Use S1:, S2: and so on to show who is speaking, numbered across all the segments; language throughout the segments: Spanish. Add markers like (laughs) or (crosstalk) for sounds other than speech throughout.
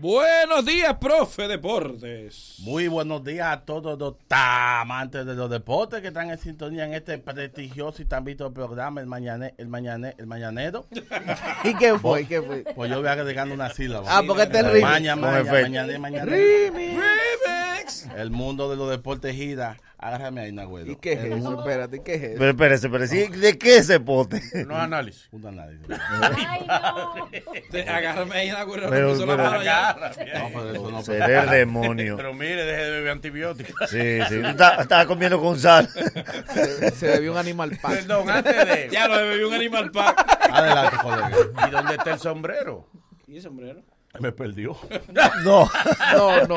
S1: Buenos días, profe Deportes.
S2: Muy buenos días a todos los amantes de los deportes que están en sintonía en este prestigioso y tan visto programa, el, mañane, el, mañane, el Mañanero.
S3: ¿Y qué fue? ¿Qué fue?
S2: Pues yo voy agregando una sílaba.
S3: Ah, porque este es el remix.
S2: Maña, maña,
S3: Perfecto.
S2: mañane, mañane.
S1: Remix.
S2: El mundo de los deportes gira. Agárrame ahí, Nagüero. Eh,
S3: ¿Y qué es eso? Espérate, ¿qué es eso?
S4: Pero espérese, pero sí, ¿de qué ese pote?
S5: No análisis.
S2: Un análisis.
S5: (laughs)
S6: Ay, no.
S1: (laughs) Te- Agárrame ahí, Nagüero.
S4: Pero-
S1: puso la
S4: pero-
S1: mano allá.
S2: No, pero eso no pues, (laughs)
S4: Seré el demonio.
S5: Pero mire, deje de beber antibióticos.
S4: Sí, sí. Tú estás- estabas comiendo con sal.
S3: Se, se bebió un animal pan.
S5: Perdón, antes de.
S1: Ya lo bebió un animal (laughs) pack.
S2: Adelante, colega.
S5: ¿Y dónde está el sombrero?
S1: ¿Y el sombrero?
S2: Me perdió.
S4: No.
S3: No, no.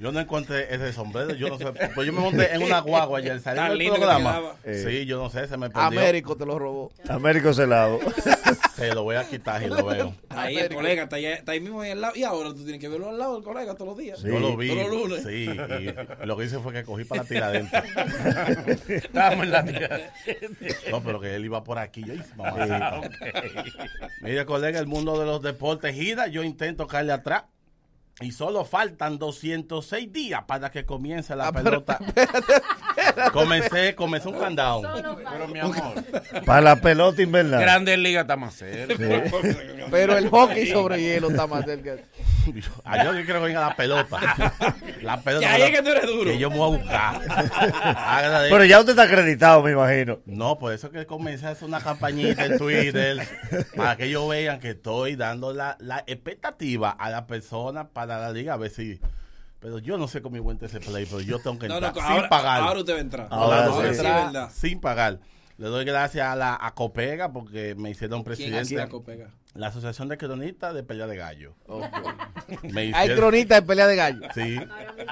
S2: Yo no encontré ese sombrero. Yo no sé. Pues yo me monté en una guagua y el salir
S1: Tan
S2: del
S1: lindo que
S2: programa.
S4: quedaba.
S2: Sí, yo no sé, se me
S3: Ah,
S2: perdió.
S3: Américo te lo robó.
S4: Américo Celado.
S2: Se lo voy a quitar y lo veo.
S1: Ahí el colega está, allá- está ahí mismo ahí al lado. Y ahora tú tienes que verlo al lado del colega todos los días.
S4: Sí.
S2: Yo lo vi.
S1: Todos los lunes.
S2: Sí, y lo que hice fue que cogí para la tiradenta.
S1: (laughs)
S5: Estábamos en la tira.
S2: No, pero que él iba por aquí. Yo hice, mamacita. Mire, colega, el mundo de los deportes gira. Yo intento caerle atrás. Y solo faltan 206 días para que comience la pelota. Comencé, comencé un countdown.
S6: Solo para-
S5: Pero mi amor,
S4: Para la pelota invernal.
S5: Grandes Ligas está
S1: (laughs)
S5: más cerca.
S3: Pero el hockey sobre hielo está más cerca.
S2: Ayer yo creo que venga la pelota.
S1: (laughs)
S2: La pelota.
S1: Que ahí es que tú eres duro.
S2: que yo me voy a (laughs) buscar. Agradezco.
S4: Pero ya usted está acreditado, me imagino.
S2: No, por eso que comencé a hacer una campañita en Twitter para que ellos vean que estoy dando la, la expectativa a la persona para la liga, a ver si... Pero yo no sé cómo cuenta ese play, pero yo tengo que
S1: No,
S2: entrar
S1: no,
S2: sin
S1: ahora,
S2: pagar.
S1: ahora usted va a entrar.
S4: Ahora
S2: Tengo que
S4: sí.
S2: entrar
S1: verdad.
S2: sin pagar. Le doy gracias a la a Copega porque me hicieron
S1: ¿Quién hacía
S2: presidente.
S1: Copega?
S2: La Asociación de Cronistas de Pelea de Gallo.
S3: Ok.
S2: Me
S3: Hay
S2: hicieron,
S3: cronista de pelea de gallo.
S2: sí,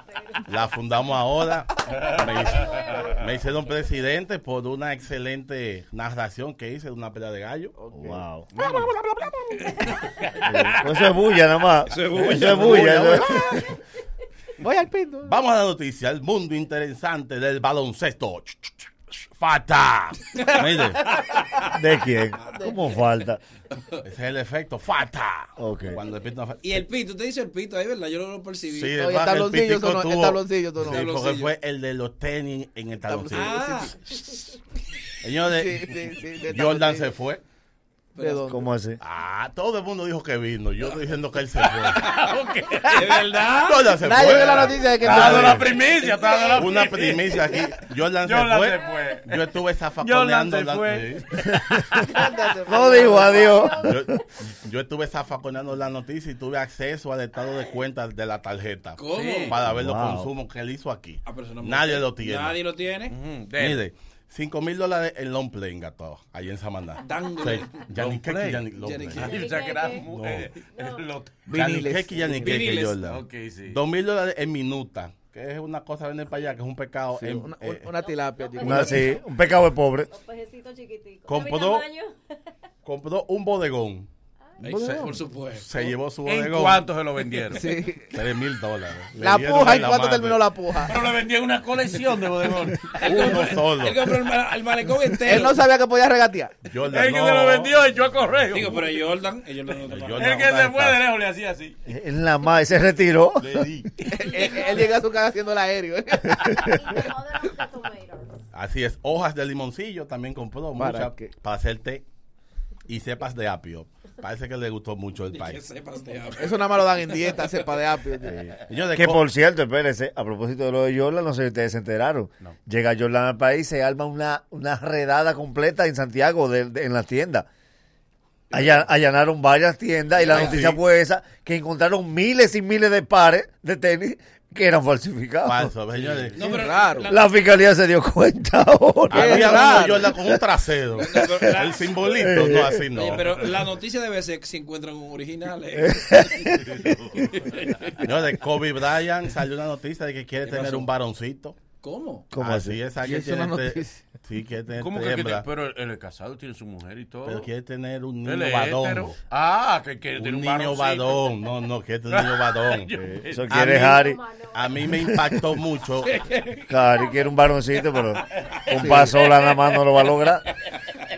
S2: (laughs) la fundamos ahora. Me
S3: (laughs)
S2: hic- Me hicieron presidente por una excelente narración que hice de una pelea de gallo.
S4: Wow. Pues Eso es bulla nada más. Eso es bulla. Eso es bulla.
S3: Voy al pinto.
S2: Vamos a la noticia, el mundo interesante del baloncesto. Fata.
S3: (laughs)
S2: Mire,
S4: (laughs) ¿De quién? ¿Cómo falta?
S2: ese es el efecto. Fata.
S4: Ok.
S2: Cuando el pito-
S1: Y el pito, usted dice el pito, ahí, ¿verdad? Yo no lo percibí.
S2: Sí,
S3: No, y
S2: el
S3: el tabloncillo
S2: pitico
S3: sonó, el
S2: tuvo-
S3: tabloncillo sonó.
S2: Sí, porque
S1: Tabloncillo.
S2: fue el de los tenis en el tabloncillo.
S1: Ah,
S3: Sí,
S2: Señores,
S3: sí, sí, de
S2: Jordan
S3: tabloncillo.
S2: se fue.
S3: ¿De dónde?
S4: ¿Cómo así?
S2: Ah, todo el mundo dijo que vino. Yo estoy diciendo que él
S1: (laughs)
S2: se fue. (laughs)
S1: de verdad.
S2: Jordan se
S3: Nadie
S2: fue.
S3: vio la noticia de que
S2: Nadie.
S3: Jordan-
S5: Dando la primicia, está dando la
S2: Una primicia aquí.
S1: (laughs)
S2: Jordan,
S5: Jordan
S2: se,
S5: se
S2: fue.
S5: fue.
S2: Yo estuve zafaconeando.
S5: Jordan se
S2: la-
S5: fue.
S2: Sí.
S4: No digo adiós.
S2: yo, yo estuve zafaconeando la noticia y tuve acceso al estado de cuentas de la tarjeta.
S1: ¿Cómo?
S2: Sí, Para ver los
S4: Wow.
S2: consumos que él hizo aquí.
S1: Ah, pero eso no me
S2: Nadie
S1: gusta.
S2: lo tiene.
S1: Nadie lo tiene.
S5: Mm, de-
S2: Mire, 5 mil dólares en long plane, gato, ahí en Samaná.
S1: Dándole.
S2: Sí, ya ni
S5: Long
S2: que-
S5: play.
S2: ya ni- long
S1: Ya ni
S2: play.
S5: Y ya que era mu-
S2: No.
S5: eh, el lote.
S2: Ya ni
S3: Viniles.
S2: que- ya ni que- que
S1: Viniles.
S2: Jordan.
S5: Ok, sí.
S2: Dos mil dólares en minuta, que es una cosa vender para allá, que es un pecado.
S3: Sí,
S2: en-
S3: una,
S2: eh,
S3: una tilapia. chico.
S4: Una- sí, un pecado de pobre.
S6: Los pejecitos chiquiticos.
S2: Compró-
S6: De mi tamaño. (laughs)
S2: compró un bodegón,
S1: Ahí se- por supuesto.
S2: se llevó su
S5: ¿En
S2: bodegón.
S5: cuánto se lo vendieron?
S3: Sí.
S2: 3 mil dólares. Le
S3: La
S2: dieron
S3: puja, ¿y
S2: en
S3: cuánto
S2: madre.
S3: terminó la puja?
S5: Pero le vendían una colección de bodegones.
S2: Uno solo.
S1: Él compró el, ma- el malecón entero.
S3: Él no sabía que podía regatear.
S2: Jordan,
S5: El que
S2: no.
S5: se lo vendió echó a correo.
S1: Digo, pero Jordan, ellos no lo
S2: Jordan.
S5: El que se fue de lejos le hacía así.
S4: En la madre se retiró.
S2: Le di.
S3: Él, él llega a su casa haciendo el aéreo. (laughs)
S6: Y no de los de tomatoes.
S2: Así es, hojas de limoncillo también compró
S3: ¿Para
S2: muchas
S3: qué?
S2: para hacer té y cepas de apio. Parece que le gustó mucho
S1: (laughs)
S2: el
S1: Que este
S2: país.
S1: sepas de hambre.
S3: Eso nada más lo dan en dieta, cepa de apio. chico.
S2: Señores,
S4: Que
S2: co-
S4: por cierto, espérese, a propósito de lo de Jordan, no sé si ustedes se enteraron. Llega Jordan al país, se arma una, una redada completa en Santiago, de- de- en las tiendas. Alla- allanaron varias tiendas y la noticia fue esa, que encontraron miles y miles de pares de tenis que eran falsificados.
S2: Falso, señores.
S1: No, pero
S3: raro.
S1: la-
S4: La fiscalía se dio cuenta (laughs) ahora.
S2: Había
S3: Qué
S2: uno
S3: raro.
S2: Jordan con un
S5: (laughs)
S2: trasero.
S1: pero la-
S2: el simbolito, no así no.
S1: Oye, pero la noticia debe ser que se encuentran un original.
S3: (laughs)
S1: eh.
S2: Señores, de Kobe Bryant salió una noticia de que quiere tener
S1: pasó?
S2: un varoncito.
S1: ¿Cómo?
S4: ¿Cómo
S2: así
S4: así?
S2: es, alguien
S3: es una
S2: tiene este-
S3: noticia.
S2: sí, quiere tener este
S5: ¿Cómo que, que
S2: hembra,
S5: te- pero él es casado, tiene su mujer y todo.
S2: pero quiere tener un
S5: Él
S2: niño
S5: es
S2: varón.
S5: hétero. Ah, que quiere
S2: Un
S5: tener un
S2: niño
S5: varoncito.
S2: varón. No, no, quiere tener un niño
S5: (laughs)
S2: varón.
S4: Eso
S2: A mí-
S4: quiere Harry.
S2: A mí me impactó mucho
S4: Harry quiere un varoncito, pero un pasola nada más no lo va a lograr.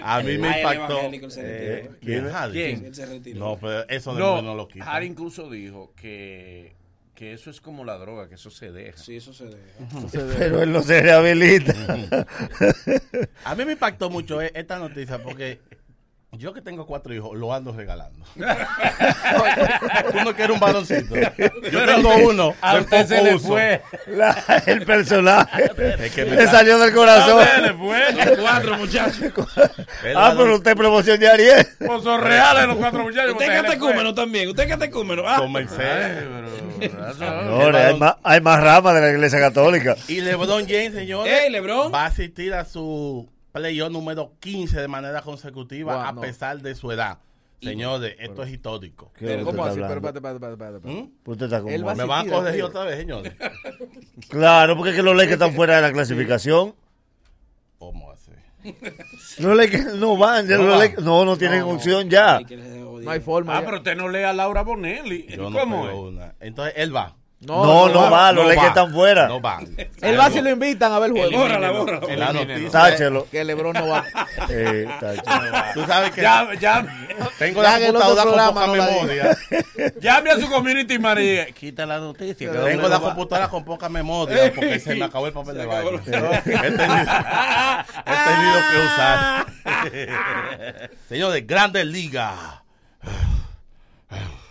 S2: A mí me
S1: Ay, el
S2: impactó.
S1: evangélico, él se retiró.
S2: Eh, ¿Quién? Hardy.
S5: ¿Quién?
S1: Él se retiró.
S2: No, pero eso de
S5: No,
S2: nuevo no lo quita.
S5: Harry incluso dijo que, que eso es como la droga, que eso se deja.
S1: Sí, eso se deja.
S4: Pero él no se rehabilita.
S2: A mí me impactó mucho e- esta noticia porque yo que tengo cuatro hijos, lo ando regalando. Tú no quieres un baloncito. Yo tengo uno.
S5: A
S2: de
S5: usted se
S2: poco
S5: le
S2: uso.
S5: fue.
S4: La- el personaje
S2: Es que me
S4: le
S2: da-
S4: salió del corazón.
S5: Se le fue.
S1: Los cuatro muchachos.
S2: el
S4: Ah, pero
S2: balon-
S4: usted promoción de Ariel.
S5: Pozos reales los cuatro muchachos.
S1: Usted que te cúmeno también. Usted que te cúmeno. Ah,
S2: comencé.
S4: (laughs)
S5: No,
S4: Señores, hay, más, hay más ramas de la iglesia católica.
S2: Y LeBron James, señores,
S1: Ey, LeBron.
S2: va a asistir a su playoff número 15 de manera consecutiva
S3: Guau,
S2: a
S3: no.
S2: pesar de su edad. Señores, esto es histórico.
S4: ¿Qué
S3: ¿Cómo
S4: usted
S3: así?
S4: está
S3: Pero
S4: hablando?
S3: espérate, espérate, espérate, espérate.
S2: ¿Mm?
S4: Usted está como-
S3: Él va a
S2: Me van a
S3: Asistir,
S2: corregir
S3: amigo.
S2: otra vez, señores.
S4: Claro, porque es que los Lakers están fuera de la clasificación.
S2: ¿Cómo así?
S4: Los Lakers no van, ya
S2: No
S4: los
S2: van.
S4: Lakers- no, no tienen opción ya.
S1: Ay, que les jodido.
S3: No hay forma.
S5: Ah,
S3: ya.
S5: pero usted no lee a Laura Bonelli.
S2: Yo no
S5: ¿Cómo
S2: pego
S5: es?
S2: una. Entonces él va.
S4: No, no va, Ah, los
S2: no
S4: Lakers
S2: va.
S4: están fuera.
S2: No va.
S3: Él va si lo invitan a ver el juego.
S1: Bórrala, bórrala.
S2: La noticia.
S4: Táchelo.
S3: Que Lebron no va.
S4: Eh, táchelo.
S2: Tú sabes que
S5: Ya, ya,
S2: tengo la
S3: Ya que el otro
S2: computadora con
S3: programa
S2: poca
S3: no la diga. (laughs)
S2: memoria.
S5: llame a su community manager. (laughs)
S1: (laughs)
S5: Quita la noticia. que
S2: Tengo
S5: no
S2: la
S5: va.
S2: computadora con poca
S5: (laughs)
S2: memoria porque se me acabó el papel de
S1: acabó
S2: baño. (laughs) He tenido, he tenido que usar.
S5: (laughs)
S2: Señores, Grandes Ligas.
S3: (laughs)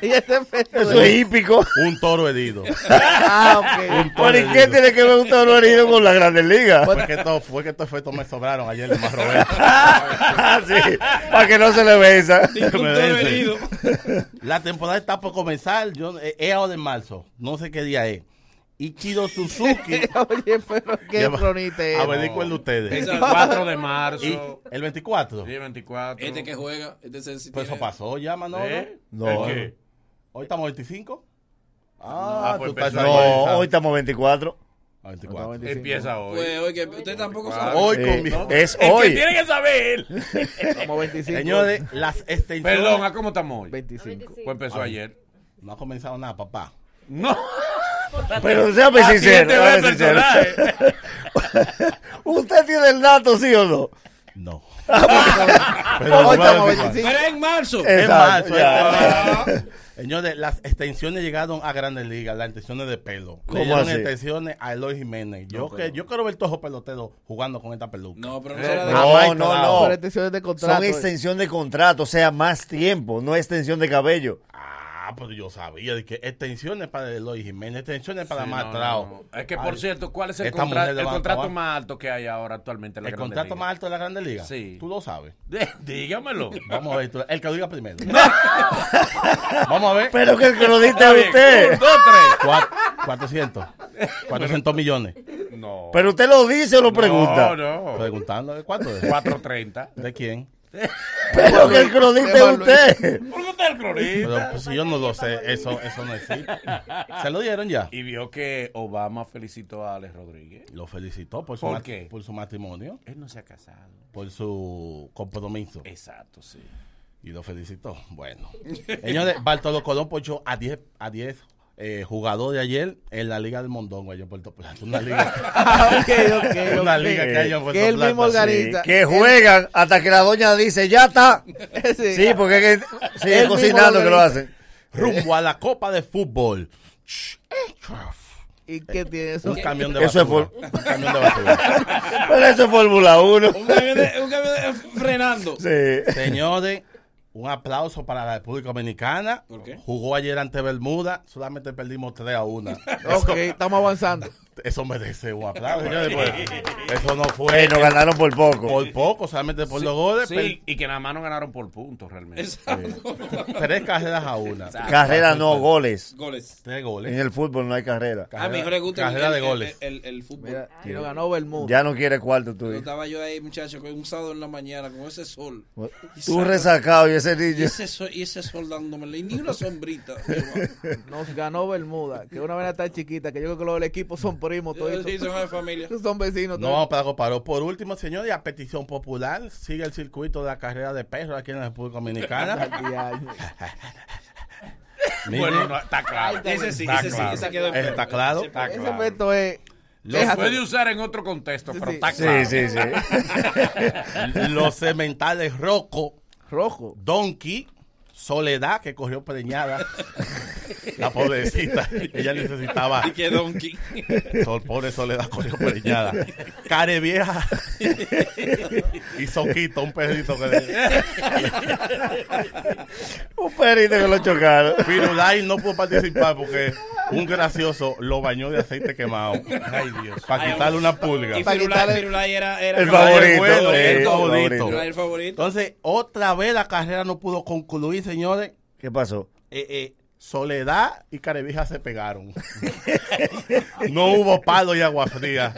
S3: Y este efecto
S4: Eso es hípico.
S2: Un toro herido.
S3: (laughs) Ah, ok.
S2: Un toro
S4: Pero ¿y qué
S2: herido.
S4: tiene que ver un toro herido con las grandes ligas? (laughs)
S2: Fue que estos fue que estos efectos me sobraron ayer de más
S5: (laughs)
S2: Roberto.
S4: sí, para que no se le besa.
S2: Que me
S1: Todo
S2: den, sí.
S1: herido.
S2: La temporada está por comenzar. Yo, eh, es ahora en marzo. No sé qué día es. Ichido Suzuki.
S5: (laughs)
S3: Oye, pero qué
S2: Lleva-
S3: cronita es.
S2: Averigüenlo ustedes.
S5: 24 de
S2: Y
S5: marzo.
S2: el 24.
S5: Sí, 24.
S1: Este que juega. Este se si
S2: Pues eso
S1: tiene-
S2: pasó ya, Manolo.
S5: ¿Eh?
S4: No,
S5: ¿El qué?
S2: Hoy estamos 25. Ah,
S5: Ah, pues
S2: tú estás
S5: empezó
S4: no,
S2: actualizado.
S4: hoy estamos 24.
S2: Ah, 24.
S5: Empieza hoy.
S1: Pues, oye, usted tampoco sabe.
S2: Ah, Hoy
S4: Eh,
S2: conmigo.
S4: es
S5: El que
S4: hoy.
S5: tiene que saber.
S3: Como
S2: (laughs)
S3: 25.
S2: Señores, las extensiones.
S5: Perdón, ¿a cómo estamos hoy?
S3: 25.
S5: Pues empezó ayer.
S2: No ha comenzado nada, papá.
S5: No.
S4: Pero séame
S5: Así
S4: sincero.
S5: este va el
S4: séame sincero. ¿Usted tiene el dato, sí o no?
S5: (laughs)
S2: No.
S3: Hoy
S2: no me
S3: estamos
S2: hagas igual.
S3: 25.
S1: Pero es en marzo.
S2: Es
S4: Exacto,
S2: marzo,
S4: ya.
S2: es marzo. Señores, las extensiones llegaron a grandes ligas, las extensiones de pelo.
S4: ¿Cómo
S2: Le dieron
S4: así?
S2: extensiones a Eloy Jiménez. Yo, que, yo quiero ver todos los peloteros jugando con esta peluca.
S1: No, pero no será de
S2: Ah,
S4: No, no,
S3: Pero
S4: no.
S3: este sí es de contrato.
S4: Son extensión de contrato, o sea, más tiempo, no extensión de cabello.
S2: Ah, pero yo sabía de que extensiones para Eloy Jiménez, extensiones para
S5: Sí, no,
S2: Matrao.
S5: no, no. Es que, por
S2: Ay,
S5: cierto, ¿cuál es el,
S2: Esta
S5: contra-
S2: mujer
S5: el
S2: le va a
S5: contrato
S2: acabar.
S5: más alto que hay ahora actualmente en la
S2: el contrato más alto de la Grande Liga.
S5: Sí.
S2: Tú lo sabes.
S5: (laughs) Dígamelo.
S2: Vamos a ver, tú- el que lo diga primero. Vamos a ver.
S4: Pero que el cronista
S5: Está
S4: es
S5: bien.
S4: usted.
S5: Un, dos,
S2: Cuat- 400. 400 millones.
S5: tres. No.
S4: Pero usted lo dice o lo pregunta.
S5: No, no.
S2: Preguntando, ¿cuánto es?
S5: 430.
S2: ¿De quién?
S4: Pero que el cronista es usted.
S5: Pregunta al cronista.
S2: Pero pues, si yo no lo sé, eso, eso no existe. ¿Se lo dieron ya?
S5: Y vio que Obama felicitó a Alex Rodríguez.
S2: Lo felicitó por su,
S5: ¿Por
S2: mat-
S5: qué?
S2: por su matrimonio,
S5: Él no se ha casado.
S2: por su compromiso.
S5: Exacto, sí.
S2: Y lo felicitó. Bueno. Señores, Bartolo Colón ponchó a 10 a 10 eh, jugadores ayer en la Liga del Mondongo, allá en Puerto Plata. Una liga,
S3: Ah, ok, ok, ok.
S2: una liga que hay en
S3: Que
S2: Puerto
S3: él
S2: Plata.
S3: mismo
S2: sí.
S3: organiza.
S4: Que juegan hasta que la doña dice, ya está.
S3: (laughs) Sí.
S4: Sí, porque es que
S3: Él
S4: sigue
S3: mismo
S4: cocinando
S3: lo
S4: que lo
S3: organiza.
S4: hacen.
S2: Rumbo a la Copa de Fútbol.
S3: ¿Y qué tiene eso?
S2: Un camión de
S4: Eso es
S2: basura. Un camión de basura.
S4: Pero eso es Fórmula 1.
S1: Un camión de- un camión de- eh, frenando.
S4: Sí.
S2: Señores, un aplauso para la República Dominicana.
S1: ¿Por qué?
S2: Jugó ayer ante Bermuda, solamente perdimos 3 a 1.
S3: Ok, estamos avanzando.
S2: Eso merece un aplauso, señores. pues. eso no fue
S4: Bueno, ganaron por poco.
S2: por poco, solamente por los goles.
S5: Sí, y que nada más no ganaron por puntos realmente.
S1: Exacto.
S2: per- Tres carreras a una.
S4: Carrera no, goles.
S1: Goles.
S2: Tres
S4: En
S2: goles.
S4: el fútbol no hay carrera.
S1: A mí
S2: Carrera-
S1: no le gusta
S2: carrera
S1: el, eh,
S2: de
S1: el-
S2: goles.
S1: El, el- el fútbol.
S3: Mira, y lo ganó Bermuda.
S4: Ya no quiere cuarto tú.
S1: Cuando
S4: hijo.
S1: estaba yo ahí, muchacho, con un sábado en la mañana, con ese sol.
S4: Tú resacado y ese
S1: Y
S4: niño.
S1: ese sol, y ese sol dándome ni una sombrita.
S3: Nos ganó Bermuda. Que una vena tan chiquita que yo creo que los del equipo son primos todos.
S1: Sí, son de familia.
S3: Son vecinos
S2: No
S3: todos.
S2: vamos para algo paró. Por último, señores, a petición popular, sigue el circuito de la carrera de perros aquí en la República
S3: (laughs)
S2: Dominicana. Miren,
S5: Bueno, no, está claro.
S1: Ese sí,
S5: está
S1: ese sí,
S5: claro.
S1: ese quedó en
S2: Está claro.
S1: Ese-
S5: Está
S3: Ese
S5: claro.
S3: efecto es
S5: Lo
S3: Déjate.
S5: puede usar en otro contexto,
S3: Sí,
S5: pero
S3: sí.
S5: está
S4: Sí,
S5: claro.
S4: sí, sí.
S1: (laughs)
S2: Los cementales Rocco,
S3: Rojo.
S2: Donkey, Soledad, que corrió preñada. La pobrecita, ella necesitaba.
S1: Y que Donkey.
S2: Sol, pobre Soledad corrió preñada. Care vieja. Y Soquito, un perrito que le.
S4: Un perrito que lo chocaron.
S2: Firulai no pudo participar porque un gracioso lo bañó de aceite quemado. Ay, Dios. Para quitarle una pulga.
S1: Y Firulai, Firulai era, era
S4: El
S1: como-
S4: favorito,
S2: bueno,
S4: sí,
S2: el
S4: el
S2: favorito.
S1: Firulai el favorito.
S2: Entonces, otra vez la carrera no pudo concluir, señores.
S4: ¿Qué pasó?
S2: Eh, eh, Soledad y Carevija se pegaron. (laughs) no hubo palo y agua fría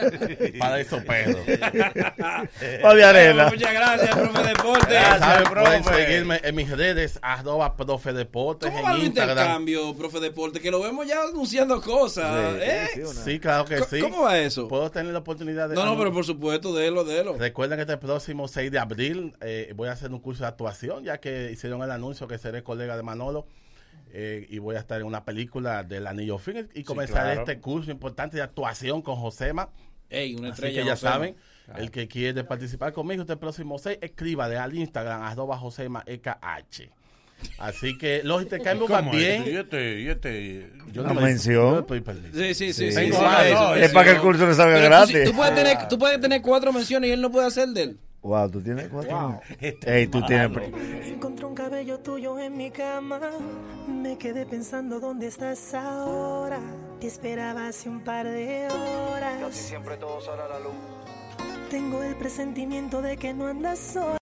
S2: para esos perros.
S1: Eh,
S4: Fabio
S1: Bueno,
S4: Arena.
S1: muchas gracias, profe Deporte.
S2: Ya saben,
S5: profe.
S2: pueden seguirme en mis redes, arroba profe deportes,
S1: ¿Cómo va
S2: pues, en
S1: el
S2: Instagram.
S1: intercambio, profe Deporte? Que lo vemos ya anunciando cosas. ¿eh?
S3: Sí, una-
S2: Sí, claro que
S1: ¿Cómo-
S2: sí.
S1: ¿Cómo va eso?
S2: Puedo tener la oportunidad de... Ah,
S1: No, no, pero por supuesto, délo, délo.
S2: Recuerden que este próximo 6 de abril eh, voy a hacer un curso de actuación, ya que hicieron el anuncio que seré colega de Manolo. eh, y voy a estar en una película del Anillo Film y comenzar
S5: claro.
S2: este curso importante de actuación con Josema.
S1: Ey, una
S2: Así
S1: estrella.
S2: que ya
S1: no sé.
S2: saben, el que quiere participar conmigo este próximo 6, escríbale al Instagram, arroba Josema EKH. Así que
S1: (laughs)
S2: los intercambios van bien.
S5: Yo te, yo te-
S2: Yo
S4: La
S2: me-
S4: mención.
S2: yo estoy perdido.
S1: Sí, sí, sí. sí,
S2: Tengo
S1: sí,
S2: más,
S1: sí,
S5: no,
S1: sí,
S4: Es
S1: sí.
S4: para que el curso le salga
S1: Pero tú sí-
S4: gratis.
S1: Tú, puedes tener, tú puedes tener cuatro menciones y él no puede hacer de él.
S4: Wow, tú tienes cuatro. Ey,
S1: Este
S4: tú tienes. pri-
S7: Encontré un cabello tuyo en mi cama. Me quedé pensando dónde estás ahora. Te esperaba hace un par de horas. Casi siempre todo sale a la luz. Tengo el presentimiento de que no andas sola.